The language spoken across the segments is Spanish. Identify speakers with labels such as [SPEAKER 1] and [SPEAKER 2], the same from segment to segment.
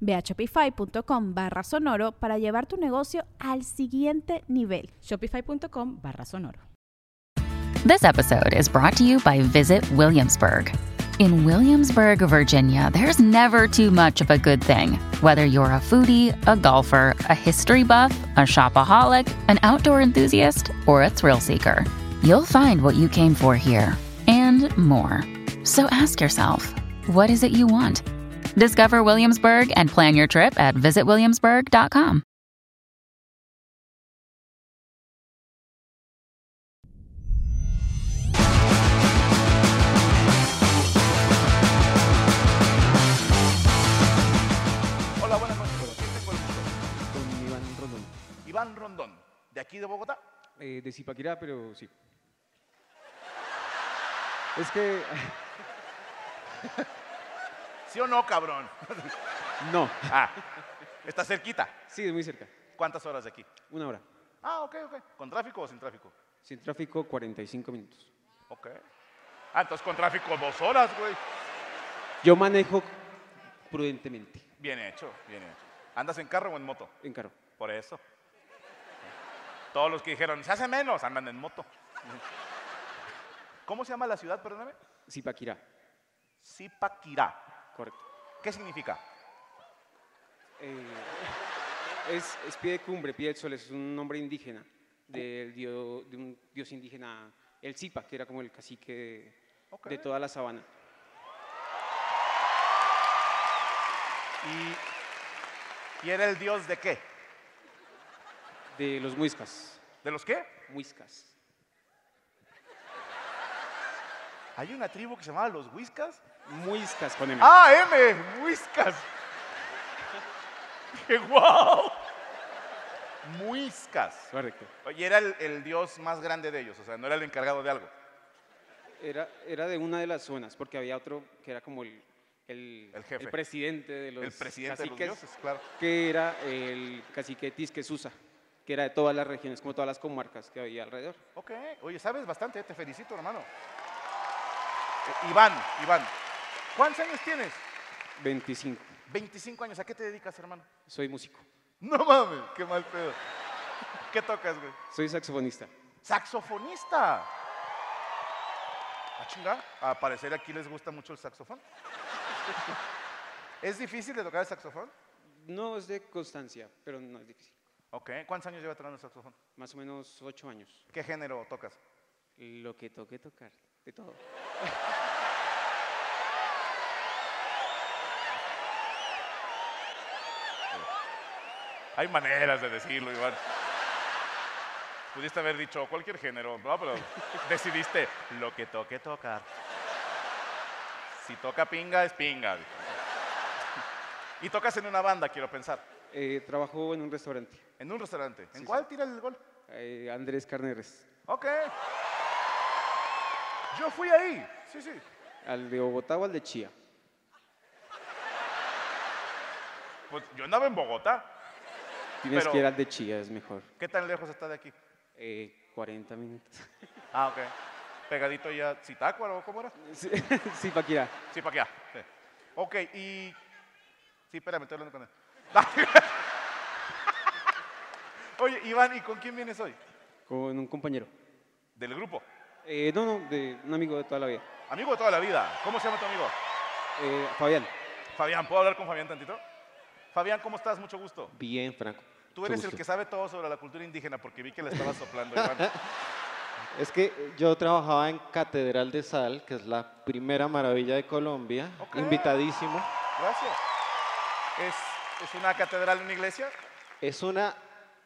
[SPEAKER 1] Ve a shopify.com barra sonoro para llevar tu negocio al siguiente nivel.
[SPEAKER 2] Shopify.com barra sonoro.
[SPEAKER 3] This episode is brought to you by Visit Williamsburg. In Williamsburg, Virginia, there's never too much of a good thing. Whether you're a foodie, a golfer, a history buff, a shopaholic, an outdoor enthusiast, or a thrill seeker, you'll find what you came for here and more. So ask yourself, what is it you want? Discover Williamsburg and plan your trip at visitwilliamsburg.com.
[SPEAKER 4] Hola, buenas noches. ¿Con quién tengo el gusto?
[SPEAKER 5] con Iván Rondón,
[SPEAKER 4] Iván Rondón, de aquí de Bogotá.
[SPEAKER 5] eh, de Zipaquirá, pero sí. Es que
[SPEAKER 4] ¿Sí o no, cabrón?
[SPEAKER 5] no,
[SPEAKER 4] Ah, está cerquita.
[SPEAKER 5] sí, es muy cerca,
[SPEAKER 4] ¿Cuántas horas de aquí?
[SPEAKER 5] una hora.
[SPEAKER 4] Ah, ok, ok. ¿Con tráfico o sin tráfico?
[SPEAKER 5] Sin tráfico, 45 minutos.
[SPEAKER 4] Ok. Ah, entonces con tráfico dos horas, güey.
[SPEAKER 5] Yo manejo prudentemente,
[SPEAKER 4] Bien hecho, bien hecho. ¿Andas en carro o en moto?
[SPEAKER 5] en carro.
[SPEAKER 4] Por eso. Todos los que dijeron, se hace menos, andan en moto. ¿Cómo se llama la ciudad, perdóname?
[SPEAKER 5] Zipaquirá,
[SPEAKER 4] Zipaquirá.
[SPEAKER 5] correcto.
[SPEAKER 4] ¿Qué significa?
[SPEAKER 5] Eh, es, es pie de cumbre, pie del sol, es un nombre indígena, del dio- de un dios indígena, el Zipa, que era como el cacique de,
[SPEAKER 4] Ok.
[SPEAKER 5] de toda la sabana.
[SPEAKER 4] ¿Y, ¿Y era el dios de qué?
[SPEAKER 5] De los muiscas,
[SPEAKER 4] ¿De los qué?
[SPEAKER 5] muiscas.
[SPEAKER 4] Hay una tribu que se llamaba los Huiscas.
[SPEAKER 5] Muiscas con M.
[SPEAKER 4] Ah, M, muiscas. ¡Qué guau! Muiscas.
[SPEAKER 5] Correcto.
[SPEAKER 4] Oye, era el, el dios más grande de ellos, o sea, no era el encargado de algo.
[SPEAKER 5] Era, era de una de las zonas, porque había otro que era como el, el,
[SPEAKER 4] El jefe.
[SPEAKER 5] presidente de los
[SPEAKER 4] el presidente de los
[SPEAKER 5] caciques,
[SPEAKER 4] dioses, claro.
[SPEAKER 5] que era el cacique Tisquesusa, que era de todas las regiones, como todas las comarcas que había alrededor.
[SPEAKER 4] Ok, oye, sabes bastante, te felicito, hermano. Eh, Iván, Iván, ¿cuántos años tienes?
[SPEAKER 5] 25.
[SPEAKER 4] 25 años, ¿a qué te dedicas, hermano?
[SPEAKER 5] Soy músico,
[SPEAKER 4] No mames, qué mal pedo. ¿Qué tocas, güey?
[SPEAKER 5] soy saxofonista.
[SPEAKER 4] Saxofonista. A chingar. A parecer aquí les gusta mucho el saxofón. ¿Es difícil de tocar el saxofón?
[SPEAKER 5] No es de constancia, pero no es difícil.
[SPEAKER 4] Ok. ¿Cuántos años lleva tocando el saxofón?
[SPEAKER 5] Más o menos 8 años.
[SPEAKER 4] ¿Qué género tocas?
[SPEAKER 5] Lo que toque tocar, de todo.
[SPEAKER 4] Hay maneras de decirlo, Iván. Pudiste haber dicho cualquier género, ¿no? Pero decidiste lo que toque tocar. Si toca pinga, es pinga. dijo. Y tocas en una banda, quiero pensar.
[SPEAKER 5] Eh, trabajo en un restaurante,
[SPEAKER 4] En un restaurante. ¿En
[SPEAKER 5] Sí,
[SPEAKER 4] cuál
[SPEAKER 5] sí.
[SPEAKER 4] tira el gol?
[SPEAKER 5] eh, Andrés Carneres,
[SPEAKER 4] Ok. Yo fui ahí. Sí, sí.
[SPEAKER 5] al de Bogotá o al de Chía.
[SPEAKER 4] Pues yo andaba en Bogotá.
[SPEAKER 5] Tienes
[SPEAKER 4] Pero-
[SPEAKER 5] que ir al de Chía, es mejor.
[SPEAKER 4] ¿Qué tan lejos está de aquí?
[SPEAKER 5] Eh, 40 minutos.
[SPEAKER 4] Ah, ok. Pegadito ya. ¿Zitácuaro? ¿Cómo era?
[SPEAKER 5] Sí, sí, Paquira.
[SPEAKER 4] Sí, para allá. Sí. Ok, y. Sí, espérame, estoy hablando con él. Oye, Iván, ¿y con quién vienes hoy?
[SPEAKER 5] Con un compañero.
[SPEAKER 4] Del grupo.
[SPEAKER 5] Eh, no, no, de un amigo de toda la vida.
[SPEAKER 4] Amigo de toda la vida. ¿Cómo se llama tu amigo?
[SPEAKER 5] Eh, Fabián.
[SPEAKER 4] Fabián, ¿puedo hablar con Fabián tantito? Fabián, ¿cómo estás? Mucho gusto.
[SPEAKER 5] Bien, Franco.
[SPEAKER 4] Tú eres el que sabe todo sobre la cultura indígena porque vi que le estabas soplando, Iván.
[SPEAKER 6] Es que yo trabajaba en Catedral de Sal, que es la primera maravilla de Colombia.
[SPEAKER 4] Ok.
[SPEAKER 6] Invitadísimo.
[SPEAKER 4] Gracias. ¿Es, es una catedral, una iglesia?
[SPEAKER 6] Es una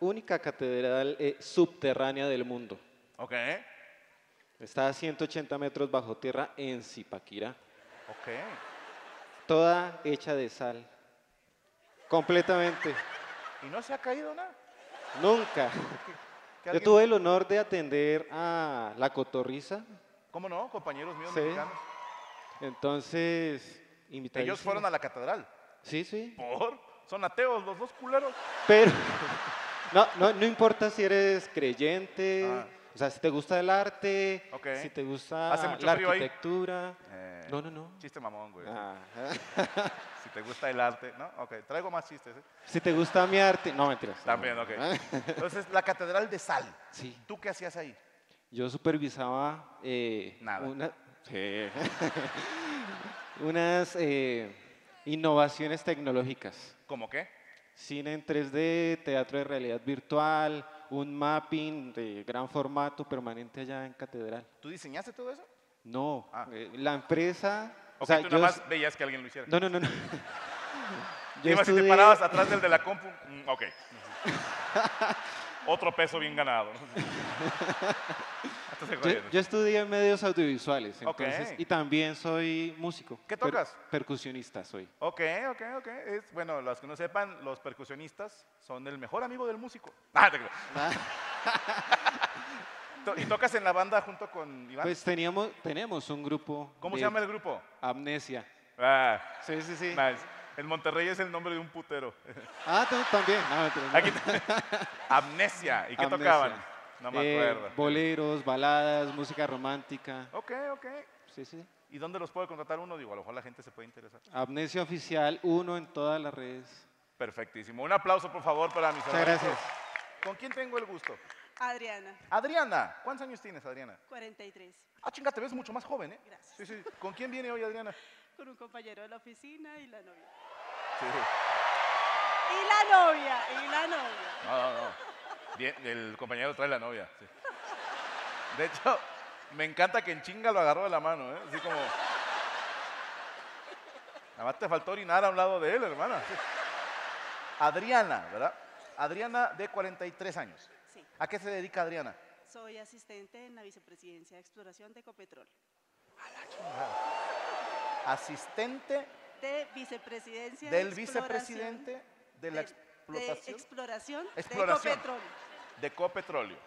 [SPEAKER 6] única catedral eh, subterránea del mundo.
[SPEAKER 4] Ok,
[SPEAKER 6] Está a 180 metros bajo tierra en Zipaquirá.
[SPEAKER 4] ok.
[SPEAKER 6] Toda hecha de sal. Completamente.
[SPEAKER 4] ¿Y no se ha caído nada?
[SPEAKER 6] Nunca.
[SPEAKER 4] ¿Que
[SPEAKER 6] Yo
[SPEAKER 4] alguien-
[SPEAKER 6] tuve el honor de atender a la cotorriza.
[SPEAKER 4] ¿Cómo no, compañeros míos
[SPEAKER 6] Sí.
[SPEAKER 4] mexicanos?
[SPEAKER 6] Entonces, invitadísimo.
[SPEAKER 4] Ellos fueron a la catedral.
[SPEAKER 6] Sí, sí.
[SPEAKER 4] ¿Por? Son ateos los dos culeros.
[SPEAKER 6] Pero no, no, no importa si eres creyente,
[SPEAKER 4] Ah.
[SPEAKER 6] o sea, si te gusta el arte,
[SPEAKER 4] Ok.
[SPEAKER 6] si te gusta
[SPEAKER 4] ¿Hace mucho
[SPEAKER 6] la
[SPEAKER 4] frío ahí?
[SPEAKER 6] arquitectura.
[SPEAKER 4] Eh,
[SPEAKER 6] No, no, no.
[SPEAKER 4] Chiste mamón, güey.
[SPEAKER 6] Ah,
[SPEAKER 4] Si te gusta el arte, ¿no? Ok, traigo más chistes. ¿eh?
[SPEAKER 6] si te gusta mi arte, no mentiras.
[SPEAKER 4] También, ok. Entonces, la catedral de sal.
[SPEAKER 6] Sí,
[SPEAKER 4] ¿Tú qué hacías ahí?
[SPEAKER 6] yo supervisaba eh,
[SPEAKER 4] Nada.
[SPEAKER 6] una- sí. unas eh, innovaciones tecnológicas.
[SPEAKER 4] ¿Cómo qué?
[SPEAKER 6] Cine en 3D, teatro de realidad virtual, un mapping de gran formato permanente allá en Catedral.
[SPEAKER 4] ¿Tú diseñaste todo eso?
[SPEAKER 6] No,
[SPEAKER 4] Ah.
[SPEAKER 6] eh, la empresa.
[SPEAKER 4] ¿O
[SPEAKER 6] o sea,
[SPEAKER 4] que tú
[SPEAKER 6] yo
[SPEAKER 4] nada
[SPEAKER 6] es-
[SPEAKER 4] más veías que alguien lo hiciera?
[SPEAKER 6] No, no, no. no. Yo
[SPEAKER 4] Ibas y te
[SPEAKER 6] estudié-
[SPEAKER 4] parabas atrás del de la compu. mm, ok. Otro peso bien ganado. ¿no? Estás
[SPEAKER 6] yo,
[SPEAKER 4] jodiendo.
[SPEAKER 6] yo estudié medios audiovisuales,
[SPEAKER 4] Ok.
[SPEAKER 6] entonces, y también soy músico.
[SPEAKER 4] ¿Qué tocas?
[SPEAKER 6] percusionista soy.
[SPEAKER 4] Ok, ok, ok. Es- bueno, los que no sepan, los percusionistas son el mejor amigo del músico. Ah, te creo. To- ¿Y tocas en la banda junto con Iván?
[SPEAKER 6] Pues teníamos, tenemos un grupo.
[SPEAKER 4] ¿Cómo se llama el grupo?
[SPEAKER 6] Amnesia.
[SPEAKER 4] Ah,
[SPEAKER 6] Sí, sí, sí.
[SPEAKER 4] nice. En Monterrey es el nombre de un putero.
[SPEAKER 6] Ah, tú también. No, mentiras, no.
[SPEAKER 4] Aquí t- Amnesia. ¿Y qué
[SPEAKER 6] Amnesia.
[SPEAKER 4] tocaban? No me
[SPEAKER 6] Eh,
[SPEAKER 4] acuerdo.
[SPEAKER 6] boleros, baladas, música romántica.
[SPEAKER 4] Ok, ok.
[SPEAKER 6] Sí, sí.
[SPEAKER 4] ¿Y dónde los puede contratar uno? Digo, a lo mejor la gente se puede interesar.
[SPEAKER 6] Amnesia oficial, uno en todas las redes.
[SPEAKER 4] Perfectísimo. Un aplauso, por favor, para mis
[SPEAKER 6] Muchas
[SPEAKER 4] hermanitos.
[SPEAKER 6] gracias.
[SPEAKER 4] ¿Con quién tengo el gusto?
[SPEAKER 7] Adriana,
[SPEAKER 4] Adriana. ¿Cuántos años tienes, Adriana?
[SPEAKER 7] 43,
[SPEAKER 4] Ah, chinga, te ves mucho más joven, ¿eh?
[SPEAKER 7] Gracias.
[SPEAKER 4] Sí, sí. ¿Con quién viene hoy, Adriana?
[SPEAKER 7] con un compañero de la oficina y la novia.
[SPEAKER 4] Sí.
[SPEAKER 7] Y la novia, y la novia.
[SPEAKER 4] No, no, no. Bien, el compañero trae la novia. sí. De hecho, me encanta que en chinga lo agarró de la mano, ¿eh? Así como. Nada más te faltó orinar a un lado de él, hermana. Sí. Adriana, ¿verdad? Adriana de 43 años.
[SPEAKER 7] Sí,
[SPEAKER 4] ¿A qué se dedica Adriana?
[SPEAKER 7] soy asistente en la Vicepresidencia de Exploración de Ecopetrol.
[SPEAKER 4] Asistente
[SPEAKER 7] De Vicepresidencia de
[SPEAKER 4] del
[SPEAKER 7] Exploración
[SPEAKER 4] vicepresidente de la
[SPEAKER 7] del-
[SPEAKER 4] explotación
[SPEAKER 7] De exploración,
[SPEAKER 4] Exploración.
[SPEAKER 7] de Ecopetrol.
[SPEAKER 4] de Copetróleo.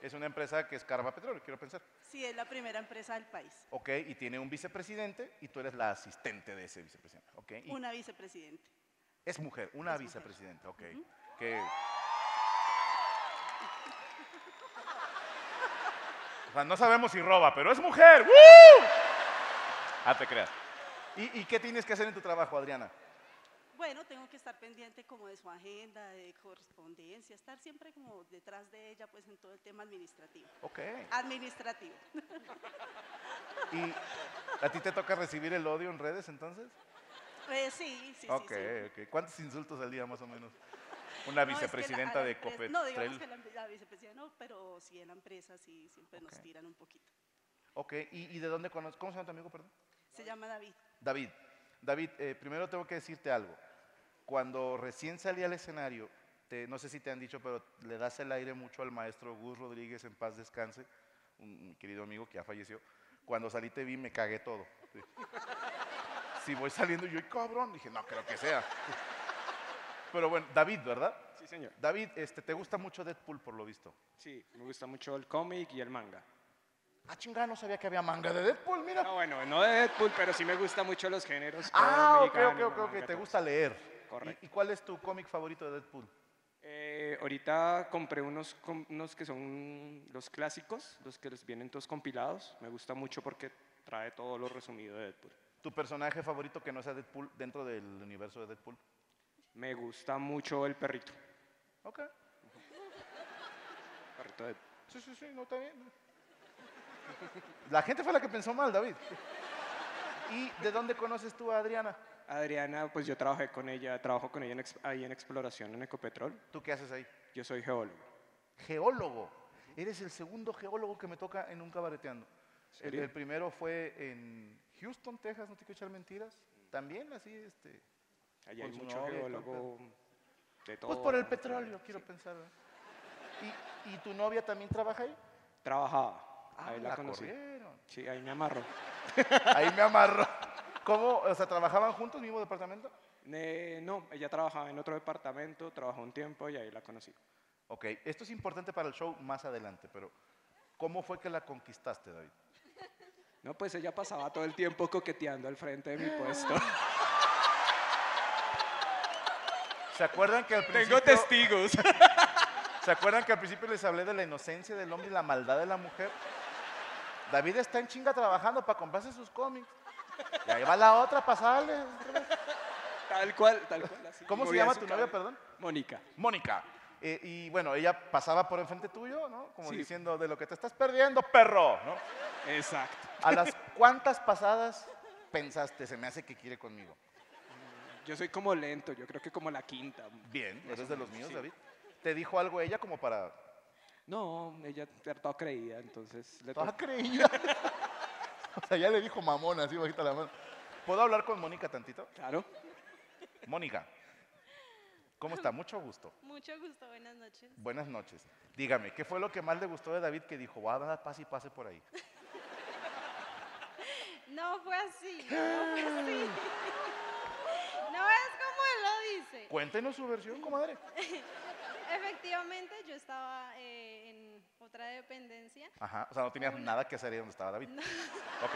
[SPEAKER 4] Es una empresa que escarba petróleo, quiero pensar.
[SPEAKER 7] Sí, es la primera empresa del país.
[SPEAKER 4] Ok, y tiene un vicepresidente y tú eres la asistente de ese vicepresidente. Ok, y
[SPEAKER 7] Una vicepresidente.
[SPEAKER 4] es mujer, una
[SPEAKER 7] es mujer.
[SPEAKER 4] vicepresidenta, ok. que... O sea, no sabemos si roba, pero es mujer. ¡Woo! Ah, te creas. ¿Y, ¿Y qué tienes que hacer en tu trabajo, Adriana?
[SPEAKER 7] Bueno, tengo que estar pendiente como de su agenda, de correspondencia, estar siempre como detrás de ella, pues en todo el tema administrativo.
[SPEAKER 4] Ok.
[SPEAKER 7] Administrativo.
[SPEAKER 4] ¿Y a ti te toca recibir el odio en redes entonces?
[SPEAKER 7] Eh, sí, sí, sí,
[SPEAKER 4] ok,
[SPEAKER 7] sí.
[SPEAKER 4] ok. ¿Cuántos insultos al día más o menos? Una
[SPEAKER 7] No, es que la-
[SPEAKER 4] vicepresidenta
[SPEAKER 7] a la
[SPEAKER 4] de
[SPEAKER 7] empresa-
[SPEAKER 4] Copetrel.
[SPEAKER 7] No, digamos que la, la vicepresidenta no, pero sí en la empresa sí siempre
[SPEAKER 4] Ok.
[SPEAKER 7] nos tiran un poquito.
[SPEAKER 4] Ok, ¿y, y de dónde conoces? ¿Cómo se llama tu amigo, perdón?
[SPEAKER 7] Se llama David.
[SPEAKER 4] David. David, eh, primero tengo que decirte algo. Cuando recién salí al escenario, te- no sé si te han dicho, pero le das el aire mucho al maestro Gus Rodríguez en paz descanse, un, un querido amigo que ya falleció. Cuando salí te vi, me cagué todo. Sí. Si voy saliendo, yo, "Ay, cabrón, dije, no creo que sea. Pero bueno, David, ¿verdad?
[SPEAKER 5] Sí, señor.
[SPEAKER 4] David, este, te gusta mucho Deadpool, por lo visto.
[SPEAKER 5] Sí, me gusta mucho el cómic y el manga.
[SPEAKER 4] Ah, chingada, no sabía que había manga de Deadpool, mira.
[SPEAKER 5] No, bueno, no de Deadpool, pero sí me gusta mucho los géneros.
[SPEAKER 4] ah,
[SPEAKER 5] cómic,
[SPEAKER 4] ok, ok,
[SPEAKER 5] anime,
[SPEAKER 4] ok, ok,
[SPEAKER 5] manga,
[SPEAKER 4] te
[SPEAKER 5] todo.
[SPEAKER 4] gusta leer.
[SPEAKER 5] Correcto.
[SPEAKER 4] ¿Y, y cuál es tu cómic favorito de Deadpool?
[SPEAKER 5] Eh, ahorita compré unos, com- unos que son los clásicos, los que les vienen todos compilados. Me gusta mucho porque trae todo lo resumido de Deadpool.
[SPEAKER 4] ¿Tu personaje favorito que no sea Deadpool dentro del universo de Deadpool?
[SPEAKER 5] Me gusta mucho el perrito.
[SPEAKER 4] Ok.
[SPEAKER 5] perrito Deadpool.
[SPEAKER 4] Sí, sí, sí, no está bien. La gente fue la que pensó mal, David. ¿Y de dónde conoces tú a Adriana?
[SPEAKER 5] Adriana, pues yo trabajé con ella, trabajo con ella en ex- ahí en exploración en Ecopetrol.
[SPEAKER 4] ¿Tú qué haces ahí?
[SPEAKER 5] Yo soy geólogo.
[SPEAKER 4] Geólogo. eres el segundo geólogo que me toca en un cabareteando. El,
[SPEAKER 6] serio?
[SPEAKER 4] el primero fue en Houston, Texas, no te quiero echar mentiras. También así, este.
[SPEAKER 8] Allá hay
[SPEAKER 4] con su
[SPEAKER 8] mucho
[SPEAKER 4] novia y con
[SPEAKER 8] geólogo de todo.
[SPEAKER 4] Pues por el petróleo, quiero pensar. ¿verdad? ¿Y, y tu novia también trabaja ahí?
[SPEAKER 8] Trabajaba.
[SPEAKER 4] Ah,
[SPEAKER 8] ahí la, conocí.
[SPEAKER 4] corrieron.
[SPEAKER 8] Sí, ahí me amarró.
[SPEAKER 4] Ahí me amarró. ¿Cómo? O sea, ¿trabajaban juntos, mismo departamento?
[SPEAKER 8] Ne- no, ella trabajaba en otro departamento, trabajó un tiempo y ahí la conocí.
[SPEAKER 4] Ok, esto es importante para el show más adelante, pero ¿cómo fue que la conquistaste, David?
[SPEAKER 8] No, pues ella pasaba todo el tiempo coqueteando al frente de mi puesto.
[SPEAKER 4] ¿Se acuerdan que al principio...
[SPEAKER 8] Tengo testigos.
[SPEAKER 4] ¿Se acuerdan que al principio les hablé de la inocencia del hombre y la maldad de la mujer? David está en chinga trabajando para comprarse sus cómics. Y ahí va la otra a pasarle.
[SPEAKER 8] tal cual, tal cual. así,
[SPEAKER 4] ¿Cómo se
[SPEAKER 8] movía
[SPEAKER 4] llama
[SPEAKER 8] su
[SPEAKER 4] tu novia,
[SPEAKER 8] cabeza.
[SPEAKER 4] perdón?
[SPEAKER 8] Mónica.
[SPEAKER 4] Mónica. Eh, y bueno, ella pasaba por enfrente tuyo, ¿no? Como
[SPEAKER 8] Sí.
[SPEAKER 4] diciendo, de lo que te estás perdiendo, perro, ¿no?
[SPEAKER 8] Exacto.
[SPEAKER 4] ¿A las cuántas pasadas pensaste, se me hace que quiere conmigo?
[SPEAKER 8] Yo soy como lento, yo creo que como la quinta.
[SPEAKER 4] Bien,
[SPEAKER 8] más o
[SPEAKER 4] eres de los
[SPEAKER 8] menos,
[SPEAKER 4] míos,
[SPEAKER 8] sí.
[SPEAKER 4] David. ¿Te dijo algo ella como para...
[SPEAKER 8] No, ella era toda creída, entonces le
[SPEAKER 4] ¿Toda
[SPEAKER 8] tocó.
[SPEAKER 4] creída? o sea, ya le dijo mamón así bajita la mano. ¿Puedo hablar con Mónica tantito?
[SPEAKER 8] Claro.
[SPEAKER 4] Mónica, ¿cómo está? Mucho gusto.
[SPEAKER 9] Mucho gusto, buenas noches.
[SPEAKER 4] Buenas noches. Dígame, ¿qué fue lo que más le gustó de David que dijo, va a dar pase y pase por ahí?
[SPEAKER 9] No fue así, no fue así. No es como él lo dice.
[SPEAKER 4] Cuéntenos su versión, comadre.
[SPEAKER 9] Efectivamente, yo estaba eh, en otra dependencia.
[SPEAKER 4] Ajá, o sea, no tenías nada que hacer ahí donde estaba David. Ok.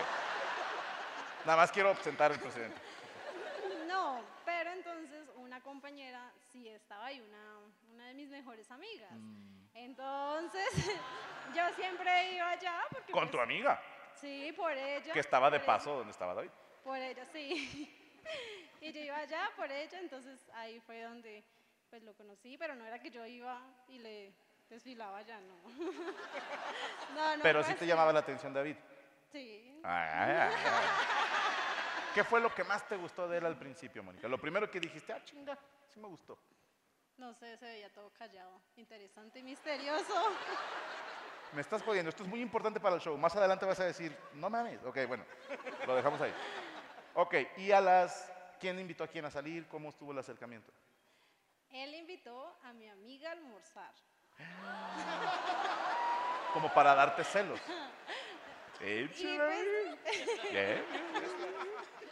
[SPEAKER 4] Nada más quiero sentar el presidente.
[SPEAKER 9] No, pero entonces una compañera sí estaba ahí, una, una de mis mejores amigas. Entonces, yo siempre iba allá porque...
[SPEAKER 4] Con tu
[SPEAKER 9] pues,
[SPEAKER 4] amiga,
[SPEAKER 9] Sí, por ella.
[SPEAKER 4] que estaba de
[SPEAKER 9] por e-,
[SPEAKER 4] paso donde estaba David.
[SPEAKER 9] Por ella, sí. y yo iba allá por ella, entonces ahí fue donde pues lo conocí, pero no era que yo iba y le desfilaba allá, no. no, no.
[SPEAKER 4] Pero
[SPEAKER 9] fue
[SPEAKER 4] sí te
[SPEAKER 9] así.
[SPEAKER 4] llamaba la atención David.
[SPEAKER 9] Sí.
[SPEAKER 4] Ay, ay, ay. ¿Qué fue lo que más te gustó de él al principio, Mónica? Lo primero que dijiste, ah, chinga, sí me gustó.
[SPEAKER 9] No sé, se veía todo callado, interesante y misterioso.
[SPEAKER 4] Me estás jodiendo, esto es muy importante para el show. Más adelante vas a decir, no mames. Ok, bueno, lo dejamos ahí. Ok, y a las. ¿Quién invitó a quién a salir? ¿Cómo estuvo el acercamiento?
[SPEAKER 9] Él invitó a mi amiga a almorzar.
[SPEAKER 4] Como para darte celos.
[SPEAKER 9] Y pues,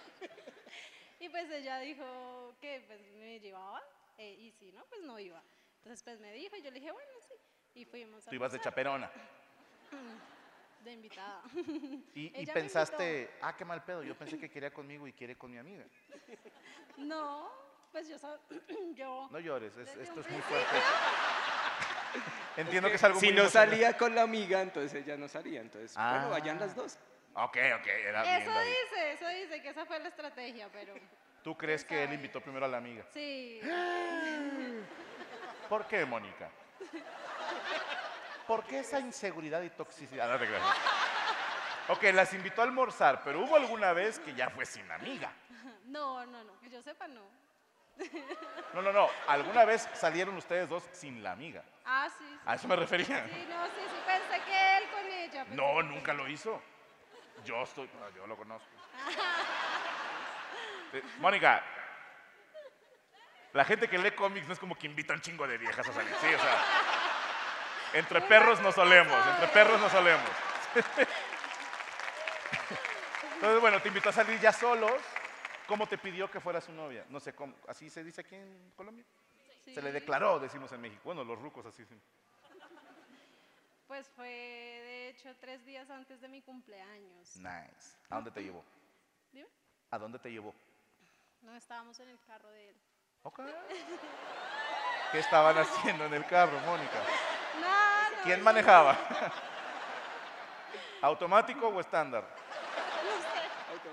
[SPEAKER 9] y pues ella dijo que pues, me llevaba, eh, y si no, pues no iba. Entonces pues me dijo, y yo le dije, bueno, sí. Y fuimos a
[SPEAKER 4] Tú ibas de
[SPEAKER 9] almorzar,
[SPEAKER 4] chaperona.
[SPEAKER 9] de invitada.
[SPEAKER 4] Y, y
[SPEAKER 9] Ella me
[SPEAKER 4] pensaste, ah, qué mal pedo, yo pensé que quería conmigo y quiere con mi amiga.
[SPEAKER 9] No, pues yo, sab- yo
[SPEAKER 4] No llores, es-
[SPEAKER 9] Desde
[SPEAKER 4] esto
[SPEAKER 9] un
[SPEAKER 4] es muy
[SPEAKER 9] principio.
[SPEAKER 4] fuerte. Entiendo que es algo
[SPEAKER 8] si
[SPEAKER 4] muy
[SPEAKER 8] no
[SPEAKER 4] emocionante.
[SPEAKER 8] salía con la amiga, entonces ella no salía. Entonces,
[SPEAKER 4] Ah.
[SPEAKER 8] bueno, vayan las dos.
[SPEAKER 4] Ok, ok, era bien.
[SPEAKER 9] eso
[SPEAKER 4] David.
[SPEAKER 9] dice, eso dice que esa fue la estrategia, pero
[SPEAKER 4] ¿Tú crees que él invitó primero a la amiga?
[SPEAKER 9] sí,
[SPEAKER 4] ¿Por qué, Mónica? ¿Por qué esa inseguridad y toxicidad? Ah, No te creas. Ok, las invitó a almorzar, pero hubo alguna vez que ya fue sin amiga.
[SPEAKER 9] no, no, no, que yo sepa no.
[SPEAKER 4] No, no, no. Alguna vez salieron ustedes dos sin la amiga.
[SPEAKER 9] Ah, sí, sí,
[SPEAKER 4] A eso me refería.
[SPEAKER 9] sí, no, sí, sí, pensé que él con ella. pues pensé
[SPEAKER 4] No,
[SPEAKER 9] que-
[SPEAKER 4] nunca lo hizo. Yo estoy. no, yo lo conozco. Eh, Mónica. La gente que lee cómics no es como que invita a un chingo de viejas a salir. Sí, o sea. Entre perros nos olemos, entre perros nos olemos. Entonces, bueno, te invitó a salir ya solos. ¿Cómo te pidió que fuera su novia? No sé cómo. ¿Así se dice aquí en Colombia?
[SPEAKER 9] Sí,
[SPEAKER 4] Se le declaró, decimos en México. Bueno, los rucos así. dicen.
[SPEAKER 9] Pues fue, de hecho, tres días antes de mi cumpleaños.
[SPEAKER 4] Nice. ¿A dónde te llevó?
[SPEAKER 9] Dime,
[SPEAKER 4] ¿A dónde te llevó?
[SPEAKER 9] no estábamos en el carro de él.
[SPEAKER 4] Ok. ¿Qué estaban haciendo en el carro, Mónica?
[SPEAKER 9] No, no,
[SPEAKER 4] ¿Quién
[SPEAKER 9] no,
[SPEAKER 4] manejaba? ¿Automático o estándar?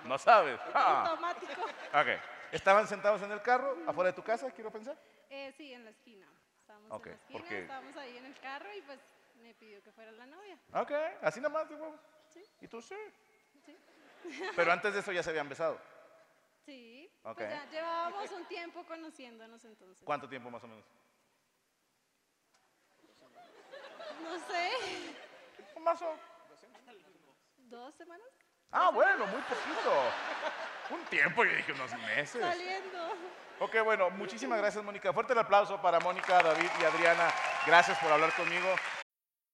[SPEAKER 4] No sabes. Ah,
[SPEAKER 9] Automático.
[SPEAKER 4] ok. ¿Estaban sentados en el carro, afuera de tu casa, quiero pensar?
[SPEAKER 9] Eh, sí, en la esquina. Estábamos
[SPEAKER 4] Ok,
[SPEAKER 9] en la esquina,
[SPEAKER 4] porque-
[SPEAKER 9] estábamos ahí en el carro y pues me pidió que fuera la novia.
[SPEAKER 4] Ok, así nomás, de huevo.
[SPEAKER 9] Sí.
[SPEAKER 4] ¿Y tú sí?
[SPEAKER 9] Sí.
[SPEAKER 4] Pero antes de eso ya se habían besado.
[SPEAKER 9] Sí,
[SPEAKER 4] Ok.
[SPEAKER 9] pues ya llevábamos un tiempo conociéndonos entonces.
[SPEAKER 4] ¿Cuánto tiempo más o menos?
[SPEAKER 9] No sé.
[SPEAKER 4] ¿Cómo pasó?
[SPEAKER 9] ¿Dos semanas?
[SPEAKER 4] Ah, bueno, muy poquito. Un tiempo, yo dije unos meses.
[SPEAKER 9] Saliendo.
[SPEAKER 4] Ok, bueno, muchísimas gracias, Mónica. Fuerte el aplauso para Mónica, David y Adriana. Gracias por hablar conmigo.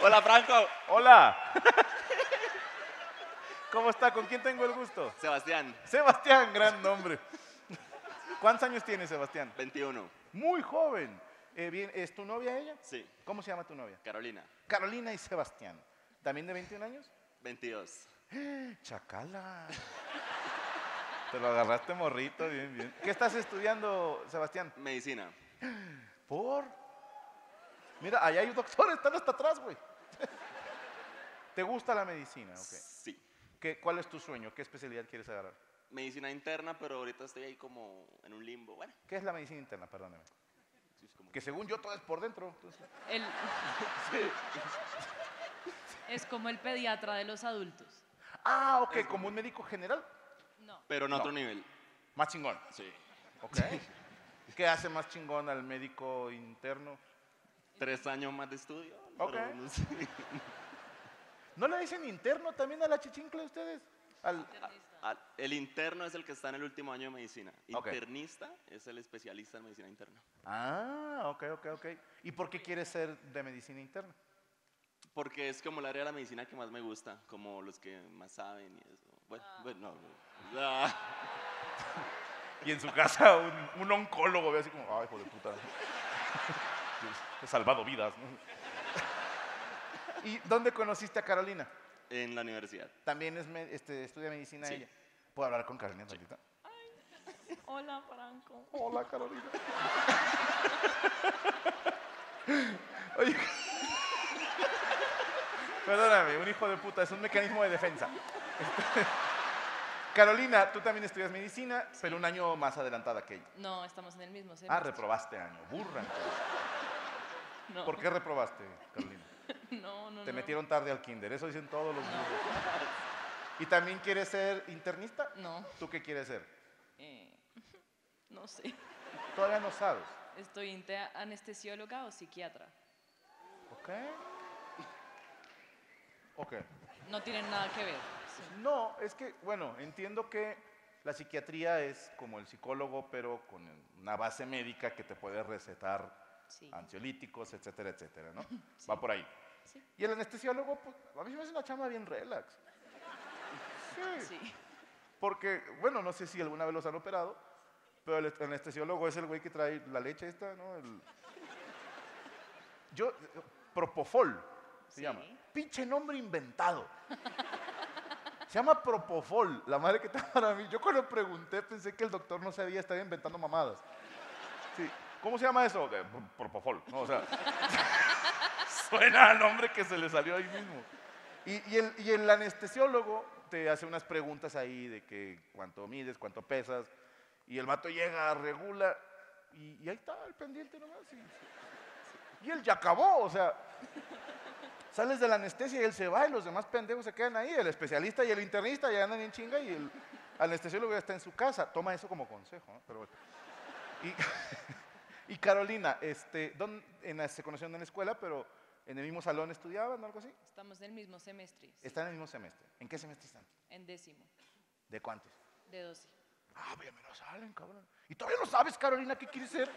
[SPEAKER 10] Hola, Franco.
[SPEAKER 4] Hola. ¿Cómo está? ¿Con quién tengo el gusto?
[SPEAKER 10] Sebastián,
[SPEAKER 4] Sebastián, gran nombre. ¿Cuántos años tiene Sebastián?
[SPEAKER 10] 21.
[SPEAKER 4] Muy joven. Eh, bien, ¿Es tu novia ella?
[SPEAKER 10] Sí,
[SPEAKER 4] ¿Cómo se llama tu novia?
[SPEAKER 10] Carolina,
[SPEAKER 4] Carolina y Sebastián. ¿También de 21 años?
[SPEAKER 10] 22.
[SPEAKER 4] Chacala. Te lo agarraste morrito, bien, bien. ¿Qué estás estudiando, Sebastián?
[SPEAKER 10] Medicina.
[SPEAKER 4] Por. Mira, allá hay un doctor, están hasta atrás, güey. ¿Te gusta la medicina? Ok.
[SPEAKER 10] Sí.
[SPEAKER 4] ¿Qué- ¿Cuál es tu sueño? ¿Qué especialidad quieres agarrar?
[SPEAKER 10] Medicina interna, pero ahorita estoy ahí como en un limbo. Bueno,
[SPEAKER 4] ¿Qué es la medicina interna? Perdóname.
[SPEAKER 10] sí, es como-
[SPEAKER 4] Que según yo todo es por dentro. entonces-
[SPEAKER 11] El- Es como el pediatra de los adultos.
[SPEAKER 4] Ah, ok, como un médico general.
[SPEAKER 10] pero en
[SPEAKER 4] No.
[SPEAKER 10] otro nivel.
[SPEAKER 4] Más chingón.
[SPEAKER 10] Sí.
[SPEAKER 4] Ok. ¿Qué hace más chingón al médico interno?
[SPEAKER 10] Tres años más de estudio.
[SPEAKER 4] Ok.
[SPEAKER 10] pero no sé.
[SPEAKER 4] ¿No le dicen interno también a la chichincla ustedes? Al-
[SPEAKER 10] Ah, El interno es el que está en el último año de medicina.
[SPEAKER 4] Ok.
[SPEAKER 10] Internista es el especialista en medicina interna.
[SPEAKER 4] Ah, ok, ok, ok. ¿Y por qué quieres ser de medicina interna?
[SPEAKER 10] Porque es como el área de la medicina que más me gusta, como los que más saben y eso. Bueno, bueno, no. Ah,
[SPEAKER 4] Y en su casa un, un oncólogo ve así como, ay, hijo de puta. He salvado vidas. ¿no? ¿Y dónde conociste a Carolina?
[SPEAKER 10] en la universidad.
[SPEAKER 4] También es me- este, estudia medicina
[SPEAKER 10] Sí.
[SPEAKER 4] ella. ¿Puedo hablar con Carolina tantito?
[SPEAKER 11] Hola, Franco.
[SPEAKER 4] Hola, Carolina. Oye, perdóname, un hijo de puta, es un mecanismo de defensa. Este, Carolina, tú también estudias medicina, pero un año más adelantada que ella.
[SPEAKER 11] No, estamos en el mismo
[SPEAKER 4] Ah,
[SPEAKER 11] semestre.
[SPEAKER 4] reprobaste año, burra. entonces.
[SPEAKER 11] No,
[SPEAKER 4] ¿Por qué reprobaste, Carolina?
[SPEAKER 11] No, no,
[SPEAKER 4] Te
[SPEAKER 11] no.
[SPEAKER 4] metieron tarde al kinder, eso dicen todos los burros. ¿Y también quieres ser internista?
[SPEAKER 11] No,
[SPEAKER 4] ¿Tú qué quieres ser?
[SPEAKER 11] eh, no sé.
[SPEAKER 4] Todavía no sabes.
[SPEAKER 11] Estoy entre anestesióloga o psiquiatra.
[SPEAKER 4] ¿Ok? Ok.
[SPEAKER 11] No tienen nada que ver. sí.
[SPEAKER 4] No, es que, bueno, entiendo que la psiquiatría es como el psicólogo, pero con una base médica que te puede recetar
[SPEAKER 11] Sí.
[SPEAKER 4] ansiolíticos, etcétera, etcétera, ¿no? Va por ahí.
[SPEAKER 11] Sí.
[SPEAKER 4] Y el anestesiólogo, pues, a mí se me hace una chamba bien relax. Sí.
[SPEAKER 11] Sí.
[SPEAKER 4] Porque, bueno, no sé si alguna vez los han operado, pero el est- anestesiólogo es el güey que trae la leche esta, ¿no? El- Yo, Propofol se
[SPEAKER 11] Sí.
[SPEAKER 4] llama. Pinche nombre inventado. Se llama Propofol, la madre que está para mí. Yo cuando pregunté pensé que el doctor no sabía, estaba inventando mamadas. Sí. ¿Cómo se llama eso? Eh, pr- Propofol. No, o sea, suena al nombre que se le salió ahí mismo. Y, y el, y el anestesiólogo te hace unas preguntas ahí de que cuánto mides, cuánto pesas. Y el vato llega, regula. Y, y ahí está el pendiente nomás. Y, y él ya acabó, o sea. Sales de la anestesia y él se va y los demás pendejos se quedan ahí. El especialista y el internista ya andan en chinga y el anestesiólogo ya está en su casa. Toma eso como consejo, ¿no? Pero bueno. Y, y Carolina, este, ¿dónde- en la- se conocieron en la escuela, pero en el mismo salón estudiaban o algo así.
[SPEAKER 11] Estamos en el mismo semestre. sí,
[SPEAKER 4] Están en el mismo semestre. ¿En qué semestre están?
[SPEAKER 11] En décimo,
[SPEAKER 4] ¿De cuántos?
[SPEAKER 11] de 12.
[SPEAKER 4] Ah, pero ya me lo salen, cabrón. Y todavía no sabes, Carolina, qué quieres ser.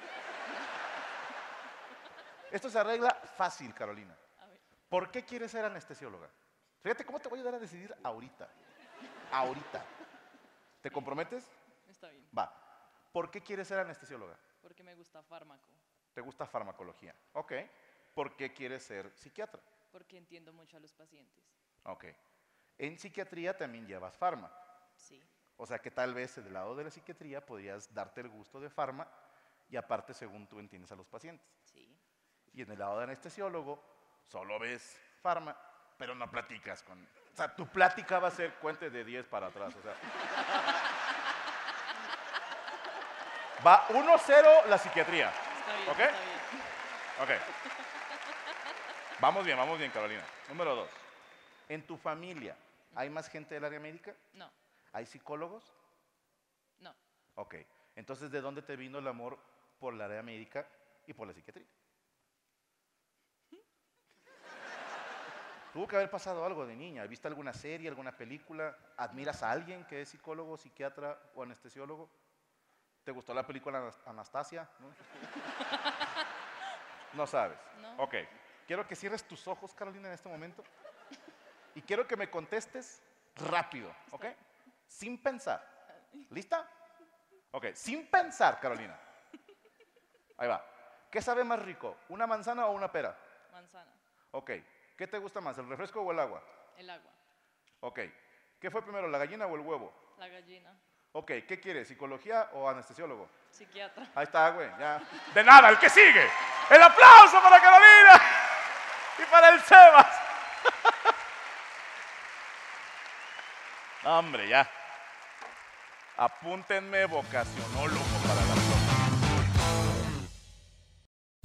[SPEAKER 4] Esto se arregla fácil, Carolina. ¿Por qué quieres ser anestesióloga? Fíjate cómo te voy a ayudar a decidir ahorita. Ahorita. ¿Te comprometes?
[SPEAKER 11] Está bien,
[SPEAKER 4] Va. ¿Por qué quieres ser anestesióloga?
[SPEAKER 11] porque me gusta fármaco,
[SPEAKER 4] ¿Te gusta farmacología? Ok. ¿Por qué quieres ser psiquiatra?
[SPEAKER 11] porque entiendo mucho a los pacientes.
[SPEAKER 4] Ok. En psiquiatría también llevas farma.
[SPEAKER 11] Sí,
[SPEAKER 4] O sea que tal vez del lado de la psiquiatría podrías darte el gusto de farma y aparte según tú entiendes a los pacientes.
[SPEAKER 11] sí,
[SPEAKER 4] Y en el lado de anestesiólogo solo ves farma, pero no platicas con... O sea, tu plática va a ser cuente de 10 para atrás. O sea. Va 1-0 la psiquiatría. ¿Ok? Ok. Vamos bien, vamos bien, Carolina. Número dos. ¿En tu familia hay más gente del área médica?
[SPEAKER 12] No,
[SPEAKER 4] ¿Hay psicólogos?
[SPEAKER 12] no.
[SPEAKER 4] Ok. Entonces, ¿de dónde te vino el amor por la área médica y por la psiquiatría? Tuvo que haber pasado algo de niña. ¿Viste alguna serie, alguna película? ¿Admiras a alguien que es psicólogo, psiquiatra o anestesiólogo? ¿Te gustó la película Anas- Anastasia? No, No sabes.
[SPEAKER 13] No.
[SPEAKER 4] Ok. Quiero que cierres tus ojos, Carolina, en este momento. Y quiero que me contestes rápido, ¿ok? Sin pensar. ¿Lista? Ok, sin pensar, Carolina. Ahí va. ¿Qué sabe más rico, una manzana o una pera?
[SPEAKER 12] Manzana,
[SPEAKER 4] Ok. ¿Qué te gusta más, el refresco o el agua?
[SPEAKER 12] el agua,
[SPEAKER 4] Ok. ¿Qué fue primero, la gallina o el huevo?
[SPEAKER 12] la gallina,
[SPEAKER 4] Ok, ¿qué quieres, psicología o anestesiólogo?
[SPEAKER 12] psiquiatra.
[SPEAKER 4] Ahí está, güey, ya. De nada, el que sigue. El aplauso para Carolina y para el Sebas. No, hombre, ya. Apúntenme vocacionólogo para la